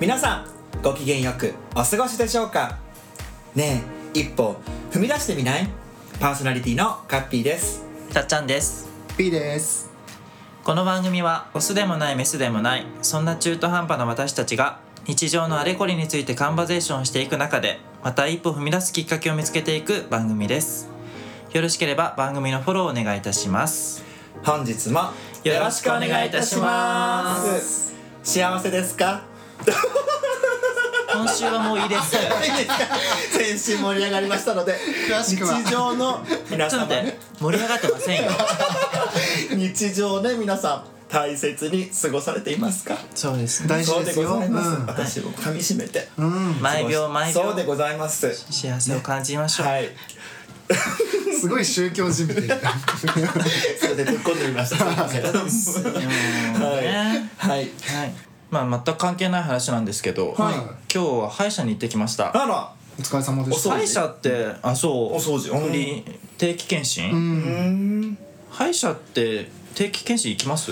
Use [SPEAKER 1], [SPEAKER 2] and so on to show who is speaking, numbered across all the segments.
[SPEAKER 1] 皆さんご機嫌よくお過ごしでしょうかねえ一歩踏み出してみないパーソナリティのカッピーです
[SPEAKER 2] たっちゃんです。
[SPEAKER 3] P です
[SPEAKER 2] この番組はオスでもないメスでもないそんな中途半端な私たちが日常のあれこれについてカンバゼーションしていく中でまた一歩踏み出すきっかけを見つけていく番組です。よろしければ番組のフォローお願いいたします。
[SPEAKER 1] 本日も
[SPEAKER 2] よろしくお願いいたします
[SPEAKER 1] 幸せですか
[SPEAKER 2] 今週はもういいです。
[SPEAKER 1] 先週盛り上がりましたので
[SPEAKER 3] 詳しくは
[SPEAKER 1] 日常の皆
[SPEAKER 2] ちょっ
[SPEAKER 1] 様
[SPEAKER 2] と待って盛り上がってませんよ。
[SPEAKER 1] 日常ね皆さん大切に過ごされていますか
[SPEAKER 2] そうです
[SPEAKER 3] 大
[SPEAKER 1] そ
[SPEAKER 3] 事
[SPEAKER 1] う
[SPEAKER 3] で
[SPEAKER 1] です
[SPEAKER 3] よ
[SPEAKER 1] ございます、
[SPEAKER 3] うん
[SPEAKER 1] 私を噛み締めて
[SPEAKER 3] うん
[SPEAKER 2] 毎秒毎秒
[SPEAKER 1] そうでございます
[SPEAKER 2] 幸せを感じましょう。
[SPEAKER 1] はい
[SPEAKER 3] すごい宗教じみてる
[SPEAKER 1] それで突っ込んでみま したすいません
[SPEAKER 2] ね
[SPEAKER 1] はい
[SPEAKER 2] はい。まあ全く関係ない話なんですけど、
[SPEAKER 3] はい
[SPEAKER 2] 今日は歯医者に行ってきました。
[SPEAKER 1] あら
[SPEAKER 3] お疲れ様でした
[SPEAKER 1] お掃除
[SPEAKER 2] 歯医者ってあそう
[SPEAKER 1] お掃除うん
[SPEAKER 2] フリー定期検診、
[SPEAKER 1] うん
[SPEAKER 2] 歯医者って定期検診行きます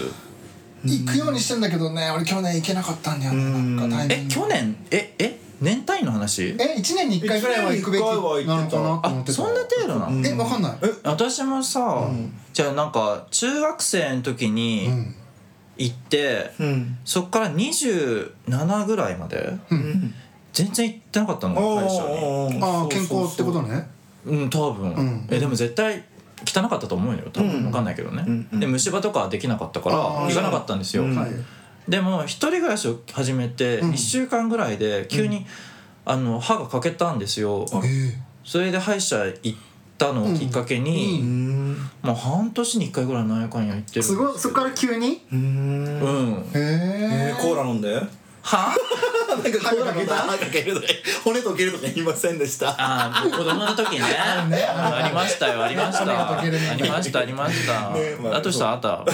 [SPEAKER 3] 行くようにしてんだけどね俺去年行けなかったんだよね
[SPEAKER 1] うん
[SPEAKER 3] なんかタイミン
[SPEAKER 2] え
[SPEAKER 3] グ
[SPEAKER 2] 去年ええ年単位の話
[SPEAKER 3] え一年に一回ぐらいは行くべき
[SPEAKER 1] 一年に一回は行ってた
[SPEAKER 3] なのかなと思っ
[SPEAKER 2] あ
[SPEAKER 3] てた
[SPEAKER 2] そんな程度なの、
[SPEAKER 1] ん
[SPEAKER 3] えわかんない
[SPEAKER 1] え
[SPEAKER 2] 私もさ、じゃあなんか中学生の時
[SPEAKER 3] う
[SPEAKER 2] に
[SPEAKER 3] ん
[SPEAKER 2] 行って、
[SPEAKER 1] うん
[SPEAKER 2] そっから27ぐらいまで
[SPEAKER 3] うん
[SPEAKER 2] 全然行ってなかったの歯医者
[SPEAKER 1] おーおーおー
[SPEAKER 3] ああ健康ってことね
[SPEAKER 2] にうん多分、
[SPEAKER 3] うん
[SPEAKER 2] えでも絶対汚かったと思うよ多分、
[SPEAKER 1] うん
[SPEAKER 2] わかんないけどね、
[SPEAKER 1] うんうん
[SPEAKER 2] で虫歯とかはできなかったから
[SPEAKER 3] あー
[SPEAKER 2] 行かなかったんですよ、
[SPEAKER 1] うん
[SPEAKER 3] はい
[SPEAKER 2] でも一人暮らしを始めて
[SPEAKER 3] うん
[SPEAKER 2] 1週間ぐらいで急に、あの歯が欠けたんですよ
[SPEAKER 3] え
[SPEAKER 2] それで歯医者行ったのをきっかけに、
[SPEAKER 3] う
[SPEAKER 1] うん
[SPEAKER 2] もう半年に1回ぐらい何やかんや行っ
[SPEAKER 3] え
[SPEAKER 2] てる
[SPEAKER 3] すごいそっから急に
[SPEAKER 1] うん
[SPEAKER 2] う
[SPEAKER 1] え
[SPEAKER 2] ん
[SPEAKER 3] へえ
[SPEAKER 1] ーコーラ飲んで
[SPEAKER 2] は
[SPEAKER 1] なんか
[SPEAKER 3] コーラかけた
[SPEAKER 1] かけるとか骨溶けるとか言いませんでした
[SPEAKER 2] ああ子供の時ねありましたよありまし
[SPEAKER 3] 雨
[SPEAKER 2] た
[SPEAKER 3] が
[SPEAKER 2] あ
[SPEAKER 3] 溶けるね
[SPEAKER 2] りましたありました、
[SPEAKER 1] ねまあ
[SPEAKER 2] だとしたらあなた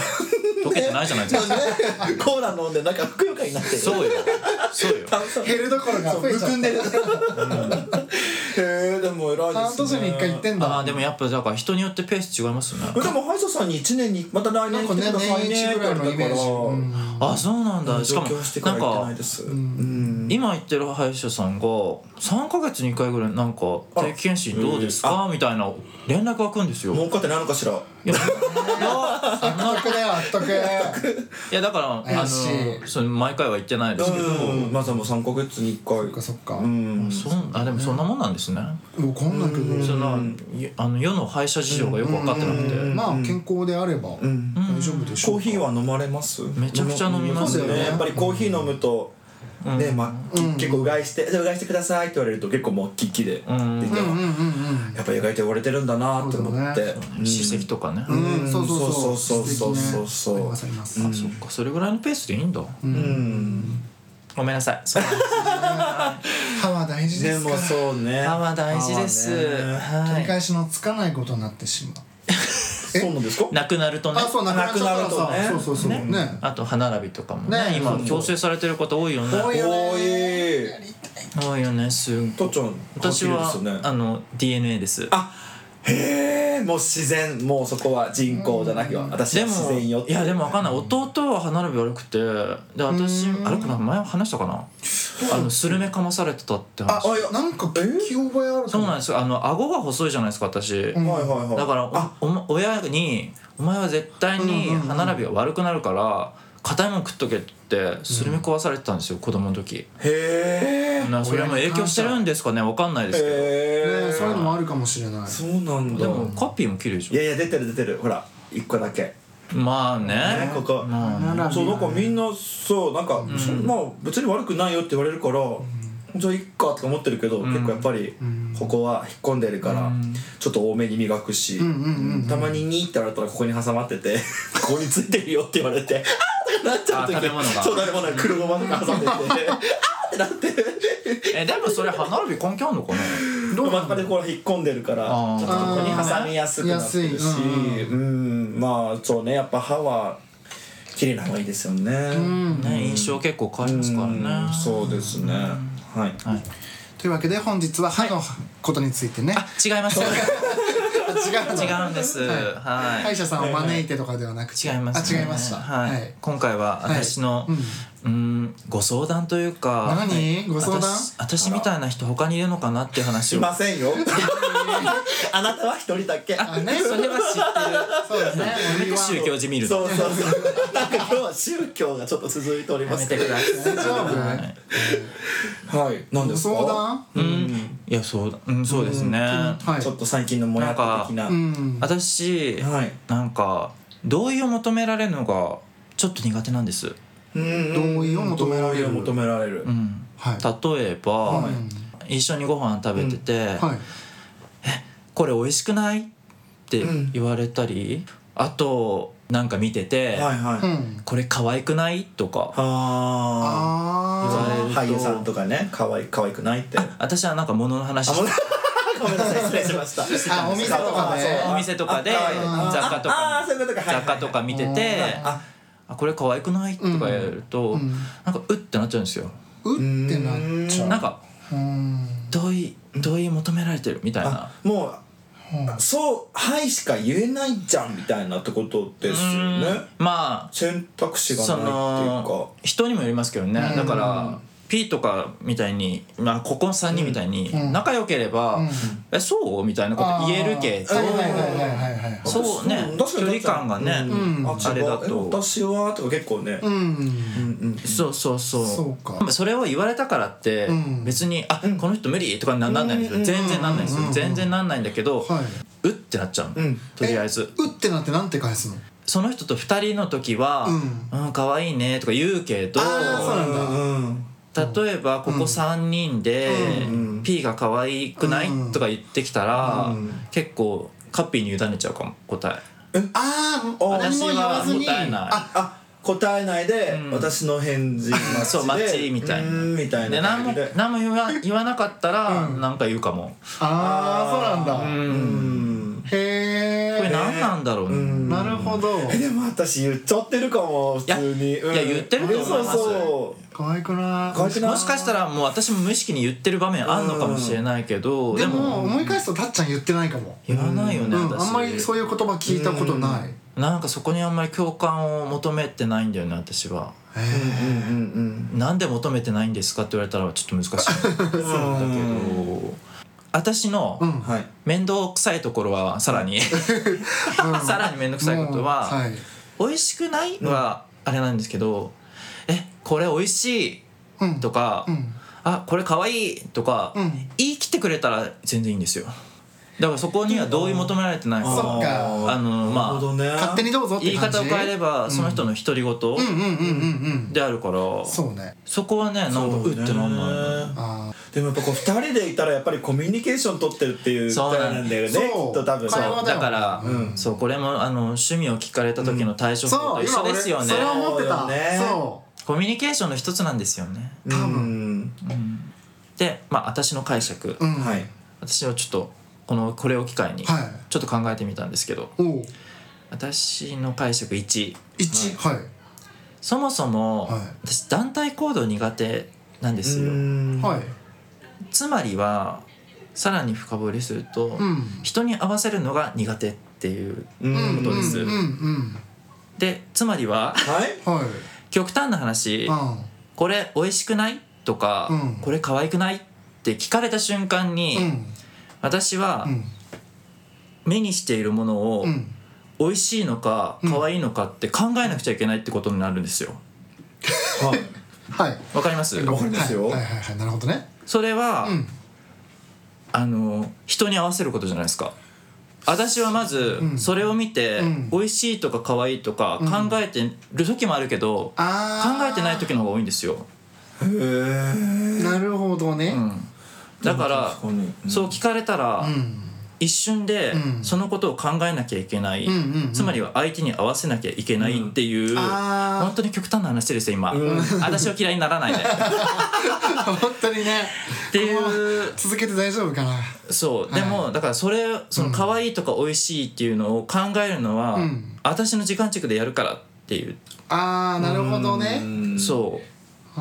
[SPEAKER 2] 溶けてないじゃないですか、
[SPEAKER 1] コーラ飲んでなんかふくよかになってる
[SPEAKER 2] そうよそうよ
[SPEAKER 1] 炭酸
[SPEAKER 3] 減るどころが
[SPEAKER 1] そう
[SPEAKER 3] 増えちゃった
[SPEAKER 1] むくんでるへえでも偉いですね
[SPEAKER 3] 半年に一回行ってんだ
[SPEAKER 2] ああでもやっぱだから人によってペース違いますね
[SPEAKER 1] えでも歯医者さんに1年にまた来
[SPEAKER 3] な
[SPEAKER 1] 年
[SPEAKER 3] ん
[SPEAKER 1] 来
[SPEAKER 3] か
[SPEAKER 1] てく
[SPEAKER 3] ね
[SPEAKER 1] ださい
[SPEAKER 3] 年
[SPEAKER 1] ね
[SPEAKER 3] 一
[SPEAKER 1] って
[SPEAKER 3] ぐ
[SPEAKER 1] 言
[SPEAKER 3] ら
[SPEAKER 1] わ
[SPEAKER 3] いのイ
[SPEAKER 1] れたか
[SPEAKER 3] メー
[SPEAKER 1] ら
[SPEAKER 3] ジうん
[SPEAKER 2] あそうなんだしか
[SPEAKER 1] 上
[SPEAKER 2] も
[SPEAKER 1] 京してから
[SPEAKER 2] なん
[SPEAKER 1] 行ってな
[SPEAKER 2] か
[SPEAKER 1] いですうん
[SPEAKER 2] 今行ってる歯医者さんが3ヶ月に1回ぐらいなんか
[SPEAKER 1] あ
[SPEAKER 2] 定期検診どうですかみたいな連絡が来るんですよ。い
[SPEAKER 1] 儲かってないのかしら
[SPEAKER 2] やいやそん
[SPEAKER 3] あ
[SPEAKER 2] な
[SPEAKER 3] っとくだよあっとく
[SPEAKER 2] いやだからあ
[SPEAKER 3] 怪しい
[SPEAKER 2] のその毎回は行ってないですけど、
[SPEAKER 1] うんまさも3ヶ月に
[SPEAKER 3] そっ
[SPEAKER 1] 1回
[SPEAKER 3] かそっか
[SPEAKER 1] うん
[SPEAKER 2] そんあでもそんなもんなんですね。
[SPEAKER 3] わかんないけど
[SPEAKER 2] そんなあの世の歯医者事情がよく分かってなくて、
[SPEAKER 3] まあ健康であれば
[SPEAKER 1] ん
[SPEAKER 3] 大丈夫でしょ
[SPEAKER 1] コ
[SPEAKER 3] う
[SPEAKER 1] ーヒーは飲まれます
[SPEAKER 2] めちゃくちゃ飲みます
[SPEAKER 3] よね
[SPEAKER 1] そうだやっぱりコーヒー飲むとねまあき結構うがいして「じゃあうがいしてください」って言われると結構もうキッキでで
[SPEAKER 2] ん
[SPEAKER 1] で
[SPEAKER 3] うんうんうん
[SPEAKER 1] やっぱ意外と言われてるんだなと思っ
[SPEAKER 3] そう
[SPEAKER 1] て
[SPEAKER 3] だ
[SPEAKER 1] うん
[SPEAKER 2] 歯石とかね。
[SPEAKER 3] うんうんそうそうそう
[SPEAKER 1] そうそうそうそうそう
[SPEAKER 3] 素敵ねありますあります
[SPEAKER 2] あそっかそれぐらいのペースでいいんだ。
[SPEAKER 1] うん
[SPEAKER 2] ごめんなさい。そうなんです
[SPEAKER 3] 歯は大事で
[SPEAKER 1] です
[SPEAKER 3] か
[SPEAKER 1] も
[SPEAKER 3] ら
[SPEAKER 1] そうね
[SPEAKER 2] 歯は大事です。
[SPEAKER 1] 歯はね
[SPEAKER 3] 取り
[SPEAKER 2] は
[SPEAKER 3] 返しのつかないことになってしまう
[SPEAKER 1] そうなんですか
[SPEAKER 2] い。なくなるとね。
[SPEAKER 3] あそうなくなっちゃった
[SPEAKER 1] なくな
[SPEAKER 3] ら
[SPEAKER 1] る
[SPEAKER 3] さ
[SPEAKER 1] と
[SPEAKER 3] そう
[SPEAKER 1] ね
[SPEAKER 3] そうそうね
[SPEAKER 2] あと歯並びとかもね
[SPEAKER 3] ね
[SPEAKER 2] 今
[SPEAKER 3] そう
[SPEAKER 2] 強制されてる方多いよね
[SPEAKER 3] 多いよ
[SPEAKER 1] お
[SPEAKER 3] ね
[SPEAKER 1] い
[SPEAKER 2] 多いよねすん
[SPEAKER 1] とっちゃん
[SPEAKER 2] 私
[SPEAKER 1] コ
[SPEAKER 2] は
[SPEAKER 1] ーヒーですよ
[SPEAKER 2] あ
[SPEAKER 1] ね
[SPEAKER 2] の DNA です
[SPEAKER 1] あへえもう自然もうそこは人工じゃなきゃ私
[SPEAKER 2] で
[SPEAKER 1] は自
[SPEAKER 2] も
[SPEAKER 1] 然よっ
[SPEAKER 2] い
[SPEAKER 1] て
[SPEAKER 2] やでもわかんない弟は歯並び悪くてで私あれこれ前話したかなあのスルメかまされてたって
[SPEAKER 3] あ
[SPEAKER 2] 話
[SPEAKER 3] いやなんか聞き覚えあるか
[SPEAKER 2] そう
[SPEAKER 3] も
[SPEAKER 2] なんですよあの顎が細いじゃないですか私
[SPEAKER 3] ん
[SPEAKER 1] はいはいはい
[SPEAKER 2] だからおお前親に「お前は絶対に歯並びが悪くなるから硬いもん食っとけ」ってスルメ食わされてたんですよ子供の時
[SPEAKER 1] へ
[SPEAKER 2] なそれも影響してるんですかねわかんないですけど
[SPEAKER 3] ね
[SPEAKER 1] え
[SPEAKER 3] そういうのもあるかもしれない
[SPEAKER 1] そうなんだ
[SPEAKER 2] でもカッピーも綺麗でし
[SPEAKER 1] いやいや出てる出てるほら一個だけ
[SPEAKER 2] ょまあね
[SPEAKER 1] ねここ
[SPEAKER 2] まあね
[SPEAKER 3] 並び
[SPEAKER 1] そうなんかみんなそうなんか、そまあ別に悪くないよって言われるから、じゃあいっかと思ってるけど、結構やっぱりここは引っ込んでるから、ちょっと多めに磨くし、
[SPEAKER 3] うんうんうん
[SPEAKER 1] たまに「に」って言われたらここに挟まってて「ここについてるよ」って言われて「あーとかなっちゃう時
[SPEAKER 2] あ食べ物が
[SPEAKER 1] そう食べ物が黒ごまとか挟んでて「あーってなって
[SPEAKER 2] えでもそれ歯並び関係あんのかな
[SPEAKER 1] どう真ん中でこれ引っ込んでるから
[SPEAKER 2] あー
[SPEAKER 1] ちょっとここに挟みやすくなってるし
[SPEAKER 3] 安い
[SPEAKER 1] うん、まあそうねやっぱ歯は綺麗な方がいいですよね
[SPEAKER 3] うん
[SPEAKER 2] ね印象結構変わりますから
[SPEAKER 1] うん
[SPEAKER 2] ね
[SPEAKER 1] そうですねはい
[SPEAKER 2] はい
[SPEAKER 3] というわけで本日は歯のことについてね
[SPEAKER 2] あ違います
[SPEAKER 4] 違う の
[SPEAKER 2] 違うんです。はい。
[SPEAKER 4] 歯医者さんを招いてとかではなくて
[SPEAKER 2] 違います、ね。
[SPEAKER 4] あ違いました
[SPEAKER 2] はい。
[SPEAKER 4] はい
[SPEAKER 2] 今回は私の、
[SPEAKER 4] うん
[SPEAKER 2] うーん、ご相談というか。
[SPEAKER 4] 何ご相談
[SPEAKER 2] 私私みたいな人他にいるのかなっていう話
[SPEAKER 1] し
[SPEAKER 2] を。
[SPEAKER 1] ませんよ あなたは一人だけ
[SPEAKER 4] あね
[SPEAKER 2] それは知ってる。
[SPEAKER 4] そうですね
[SPEAKER 2] やめて宗教じみるの。
[SPEAKER 1] そうそうそうなんか今日は宗教がちょっと続いており
[SPEAKER 2] や
[SPEAKER 1] ま
[SPEAKER 2] め
[SPEAKER 1] す
[SPEAKER 2] て
[SPEAKER 1] け
[SPEAKER 2] く
[SPEAKER 1] ど
[SPEAKER 2] ださい。
[SPEAKER 4] 大丈夫
[SPEAKER 2] はい
[SPEAKER 1] はい何
[SPEAKER 4] ご
[SPEAKER 1] ですか
[SPEAKER 4] 相談
[SPEAKER 2] うん、いや、そうだ、うん、そうですね。
[SPEAKER 4] はい
[SPEAKER 1] ちょっと最近のもやっと的な
[SPEAKER 4] うん
[SPEAKER 2] 私、
[SPEAKER 1] はい
[SPEAKER 2] なんか、同意を求められるのが、ちょっと苦手なんです。
[SPEAKER 1] 同
[SPEAKER 4] 同意を求められる
[SPEAKER 1] 同意を求められる
[SPEAKER 2] うん。
[SPEAKER 4] はい
[SPEAKER 2] 例えば、
[SPEAKER 4] うん
[SPEAKER 2] 一緒にご飯食べてて、
[SPEAKER 4] はい
[SPEAKER 2] これ美味しくないって言われたり、あとなんか見てて、
[SPEAKER 1] はいはい、
[SPEAKER 4] うん
[SPEAKER 2] これ可愛くないとか
[SPEAKER 1] ああ
[SPEAKER 2] 言われ
[SPEAKER 4] あ
[SPEAKER 2] る
[SPEAKER 1] 俳
[SPEAKER 2] と
[SPEAKER 1] 優さんとかね可愛い可愛くないってあ
[SPEAKER 2] 私はなんか物の話
[SPEAKER 1] もうごめんなさい失礼しました
[SPEAKER 4] あお店とかね
[SPEAKER 1] そう
[SPEAKER 2] お店とかで
[SPEAKER 1] あ可愛い
[SPEAKER 4] あ
[SPEAKER 2] 雑貨と
[SPEAKER 1] ああ
[SPEAKER 2] か
[SPEAKER 1] そういうことかはい
[SPEAKER 2] 雑貨とか見てて
[SPEAKER 1] はいはいあ
[SPEAKER 2] あこれ可愛くないとかやると、
[SPEAKER 4] うん
[SPEAKER 2] なんかうってなっちゃうんですよ。
[SPEAKER 4] ーうってなっちゃう
[SPEAKER 2] なんか
[SPEAKER 4] うん
[SPEAKER 2] 同意同意求められてるみたいな
[SPEAKER 1] あ。もうそう「はい」しか言えないじゃんみたいなってことですよね
[SPEAKER 2] まあ
[SPEAKER 1] 選択肢がない
[SPEAKER 2] そ
[SPEAKER 1] っていうか
[SPEAKER 2] の人にもよりますけどね、
[SPEAKER 4] うん
[SPEAKER 2] だから P とかみたいに、まあ、ここ3人みたいに
[SPEAKER 4] うん
[SPEAKER 2] 仲良ければ「
[SPEAKER 4] うん
[SPEAKER 2] えそう?」みたいなこと言えるけど
[SPEAKER 4] あーはいはいはいはいはいはい
[SPEAKER 2] そうね
[SPEAKER 1] 確かに
[SPEAKER 2] 距離感がね
[SPEAKER 1] うん
[SPEAKER 4] うん
[SPEAKER 1] あ
[SPEAKER 2] あれだと
[SPEAKER 1] 違うえ私はとか結構ね
[SPEAKER 4] うん
[SPEAKER 1] うんうん
[SPEAKER 2] そうそうそう
[SPEAKER 4] そうか
[SPEAKER 2] でもそれを言われたからって、
[SPEAKER 4] うん
[SPEAKER 2] 別に「あこの人無理」とかにななんないんですよ、
[SPEAKER 1] うん
[SPEAKER 2] 全然なんないんですよ、
[SPEAKER 4] うん
[SPEAKER 2] 全然なんないんだけど、
[SPEAKER 4] はいう
[SPEAKER 2] ってなっちゃうの、
[SPEAKER 1] うん
[SPEAKER 2] とりあえず
[SPEAKER 4] えうってなってなんて返すの
[SPEAKER 2] その人と2人の時は「うん可愛、いね」とか言うけど
[SPEAKER 4] あーそうなんだ
[SPEAKER 1] うん
[SPEAKER 2] 例えばここ3人で
[SPEAKER 1] うん
[SPEAKER 2] 「P が可愛くない?
[SPEAKER 4] うん」
[SPEAKER 2] とか言ってきたら
[SPEAKER 1] うん
[SPEAKER 2] 結構カッピーに委ねちゃうかも答え。
[SPEAKER 4] あー
[SPEAKER 1] あ
[SPEAKER 4] 何も言わずに
[SPEAKER 2] 私は答えない
[SPEAKER 4] あ
[SPEAKER 1] あ答えないで、
[SPEAKER 2] うん
[SPEAKER 1] 私の返事待ちで
[SPEAKER 2] そう待ちみたいな
[SPEAKER 1] うーんみたい
[SPEAKER 2] で
[SPEAKER 1] な
[SPEAKER 2] 何
[SPEAKER 1] 感
[SPEAKER 2] も
[SPEAKER 1] じで
[SPEAKER 2] 何も言わ言わなかったら
[SPEAKER 4] うん
[SPEAKER 2] なんか言うかも。
[SPEAKER 4] あーそうなんだ
[SPEAKER 1] う
[SPEAKER 2] う
[SPEAKER 1] ん
[SPEAKER 2] んこれ
[SPEAKER 4] へ
[SPEAKER 2] 何なんだろう
[SPEAKER 1] う
[SPEAKER 2] ね。
[SPEAKER 1] ん
[SPEAKER 4] えなるほど
[SPEAKER 1] えでも私言っちゃってるかも普通に
[SPEAKER 2] いや
[SPEAKER 1] うん
[SPEAKER 2] いや言ってると思います
[SPEAKER 1] そうそう
[SPEAKER 4] 可愛くない
[SPEAKER 1] 可愛くない
[SPEAKER 2] もしかしたらもう私も無意識に言ってる場面あんのかもしれないけど
[SPEAKER 4] で
[SPEAKER 2] で
[SPEAKER 4] も
[SPEAKER 2] も
[SPEAKER 4] 思い返すとたっちゃん言ってないかも、
[SPEAKER 2] 言わないよ
[SPEAKER 4] う
[SPEAKER 2] ね
[SPEAKER 4] ん、あんまりそ
[SPEAKER 2] 私。
[SPEAKER 4] ういう言葉聞いたことない、
[SPEAKER 2] なんかそこにあんまり共感を求めてないんだよね私は。
[SPEAKER 4] え
[SPEAKER 1] うんうんうん
[SPEAKER 2] なんで求めてないんですかって言われたらちょっと難しいだけど私の
[SPEAKER 4] うん、
[SPEAKER 1] うんはい
[SPEAKER 2] 面倒くさいところはさらにさらに面倒くさいことは
[SPEAKER 4] もうはい
[SPEAKER 2] 美味しくないはあれなんですけど「えこれ美味しい」
[SPEAKER 4] うん
[SPEAKER 2] とか
[SPEAKER 4] うん
[SPEAKER 2] 「あこれ可愛い」とか
[SPEAKER 4] うん
[SPEAKER 2] 言い切ってくれたら全然いいんですよだからそこには同意求められてないか
[SPEAKER 4] そっ
[SPEAKER 2] ら
[SPEAKER 4] か
[SPEAKER 2] あのまあ
[SPEAKER 1] なるほどね
[SPEAKER 4] 勝手にどうぞって
[SPEAKER 2] 言い
[SPEAKER 4] 感じ
[SPEAKER 2] 方を変えればその人の独り
[SPEAKER 4] うん
[SPEAKER 2] 言
[SPEAKER 4] うんうんうんうん
[SPEAKER 2] であるから
[SPEAKER 4] そうね
[SPEAKER 2] そこはねなんか
[SPEAKER 1] そう
[SPEAKER 2] うってなんないよね
[SPEAKER 4] あ
[SPEAKER 1] でもやっぱこう2人でいたらやっぱりコミュニケーション取ってるっていう
[SPEAKER 2] そうなん
[SPEAKER 1] んだよねきっ
[SPEAKER 4] そう
[SPEAKER 1] と多分
[SPEAKER 4] 会話
[SPEAKER 2] だから、
[SPEAKER 1] うん
[SPEAKER 2] そうこれもあの趣味を聞かれた時の対処法
[SPEAKER 4] ーそ
[SPEAKER 2] と
[SPEAKER 4] う
[SPEAKER 2] 一
[SPEAKER 4] 今
[SPEAKER 2] 緒
[SPEAKER 4] 俺
[SPEAKER 2] ですよね
[SPEAKER 4] それを思ってた
[SPEAKER 1] そうよね
[SPEAKER 4] そ
[SPEAKER 2] コミュニケーションの一つなんですよね
[SPEAKER 1] うん
[SPEAKER 4] 多分
[SPEAKER 2] でまあ私の解釈、
[SPEAKER 4] ううん
[SPEAKER 1] はい
[SPEAKER 2] 私はちょっとこのこれを機会に
[SPEAKER 4] はい
[SPEAKER 2] ちょっと考えてみたんですけど、
[SPEAKER 4] おう
[SPEAKER 2] 私の解釈1
[SPEAKER 4] 一はい
[SPEAKER 2] そもそも、
[SPEAKER 4] はい
[SPEAKER 2] 私団体行動苦手なんです
[SPEAKER 1] う
[SPEAKER 2] よ、
[SPEAKER 1] ん
[SPEAKER 4] はい
[SPEAKER 2] つまりはさらに深掘りすると、
[SPEAKER 4] うん
[SPEAKER 2] 人に合わせるのが苦手っていう
[SPEAKER 1] うん
[SPEAKER 4] うん
[SPEAKER 2] ことです
[SPEAKER 4] うんうん
[SPEAKER 2] でつまり は
[SPEAKER 1] はい
[SPEAKER 4] うんはい
[SPEAKER 2] 極端な話、
[SPEAKER 4] うん
[SPEAKER 2] これ美味しくないとか、
[SPEAKER 4] うん
[SPEAKER 2] これ可愛くないって聞かれた瞬間に、
[SPEAKER 4] うん
[SPEAKER 2] 私は
[SPEAKER 4] うん
[SPEAKER 2] 目にしているものを
[SPEAKER 4] うん
[SPEAKER 2] 美味しいのか
[SPEAKER 4] うん
[SPEAKER 2] 可愛いのかって考えなくちゃいけないってことになるんですよ。
[SPEAKER 1] はい
[SPEAKER 4] はい
[SPEAKER 2] わかります
[SPEAKER 1] わかりますよ
[SPEAKER 4] はいはいはいはいなるほどね
[SPEAKER 2] それは、
[SPEAKER 4] うん
[SPEAKER 2] あの人に合わせることじゃないですか。私はまず
[SPEAKER 4] うん
[SPEAKER 2] それを見て、
[SPEAKER 4] うん
[SPEAKER 2] 美味しいとか可愛いとか
[SPEAKER 4] う
[SPEAKER 2] 考
[SPEAKER 4] ん
[SPEAKER 2] えてる時もあるけど、
[SPEAKER 4] あ
[SPEAKER 2] 考
[SPEAKER 4] ー
[SPEAKER 2] えてない時の方が多いんですよ。
[SPEAKER 1] へえ
[SPEAKER 4] なるほどね
[SPEAKER 2] うん、だから、そう聞かれたら、
[SPEAKER 4] うん
[SPEAKER 2] 一瞬で
[SPEAKER 4] うん
[SPEAKER 2] そのことを考えなきゃいけない、
[SPEAKER 4] うんうんうん
[SPEAKER 2] つまりは相手に合わせなきゃいけないっていう、
[SPEAKER 4] あー
[SPEAKER 2] 本当に極端な話ですよ今、
[SPEAKER 1] ん
[SPEAKER 2] 私を嫌いにならないでっ
[SPEAKER 4] 本当にね
[SPEAKER 2] ていう
[SPEAKER 4] 続けて大丈夫かな
[SPEAKER 2] そう
[SPEAKER 4] は
[SPEAKER 2] で
[SPEAKER 4] い
[SPEAKER 2] も、だからそれその可愛いとか美味しいっていうのを考えるのは、
[SPEAKER 4] うん
[SPEAKER 2] 私の時間軸でやるからっていう、
[SPEAKER 4] あーなるほどね
[SPEAKER 2] そ
[SPEAKER 4] あ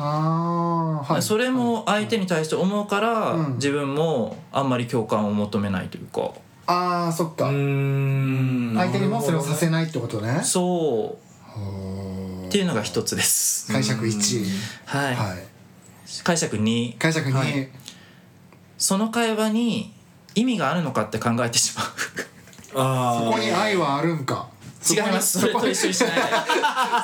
[SPEAKER 4] ー
[SPEAKER 2] う、
[SPEAKER 4] はい
[SPEAKER 2] それも相手に対して思うから、
[SPEAKER 4] うん
[SPEAKER 2] 自分もあんまり共感を求めないというか、
[SPEAKER 4] ああそっか、
[SPEAKER 1] ん
[SPEAKER 4] 相手にもそれをさせないってことね
[SPEAKER 2] そ
[SPEAKER 4] ほ
[SPEAKER 2] う
[SPEAKER 4] ー
[SPEAKER 2] っていうのが一つです、
[SPEAKER 4] 解釈1、
[SPEAKER 2] はい、
[SPEAKER 4] はい
[SPEAKER 2] 解釈2
[SPEAKER 4] 解釈2、
[SPEAKER 2] はいその会話に意味があるのかって考えてしまう
[SPEAKER 1] あ
[SPEAKER 4] ここに愛はあるんか
[SPEAKER 2] 違いますそれと一緒にし ない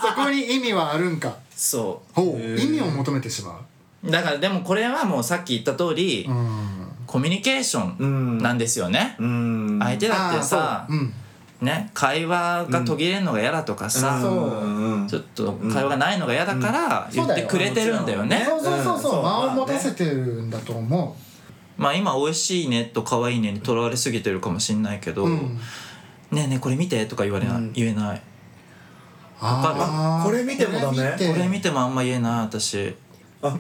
[SPEAKER 4] そこ に意味はあるんか
[SPEAKER 2] そ
[SPEAKER 4] ほう
[SPEAKER 1] へー
[SPEAKER 4] 意味を求めてしま
[SPEAKER 2] うだからでもこれはもうさっき言った通り、
[SPEAKER 4] ううん
[SPEAKER 2] コミュニケーションなんですよね、
[SPEAKER 1] うん
[SPEAKER 2] 相手だってさ
[SPEAKER 4] あー、そううん
[SPEAKER 2] ね、会話が途切れるのが嫌だとかさ、
[SPEAKER 4] うんそう
[SPEAKER 1] うん
[SPEAKER 2] ちょっと会話がないのが嫌だから言ってくれてるんだよね、
[SPEAKER 4] そうそうそう
[SPEAKER 1] う
[SPEAKER 4] そ
[SPEAKER 1] ん
[SPEAKER 4] う間を持た
[SPEAKER 1] そう
[SPEAKER 4] せてるんだと思
[SPEAKER 2] まあ今「美味しいね」と「可愛いね」にとらわれすぎてるかもしんないけ
[SPEAKER 4] う
[SPEAKER 2] ど「
[SPEAKER 4] うん
[SPEAKER 2] ねえねえこれ見て」とか言われない、
[SPEAKER 1] うん
[SPEAKER 2] 言えない
[SPEAKER 4] あー
[SPEAKER 1] これ見てもダメ
[SPEAKER 4] これ見て
[SPEAKER 2] これ見てもあんま言えない私
[SPEAKER 1] あ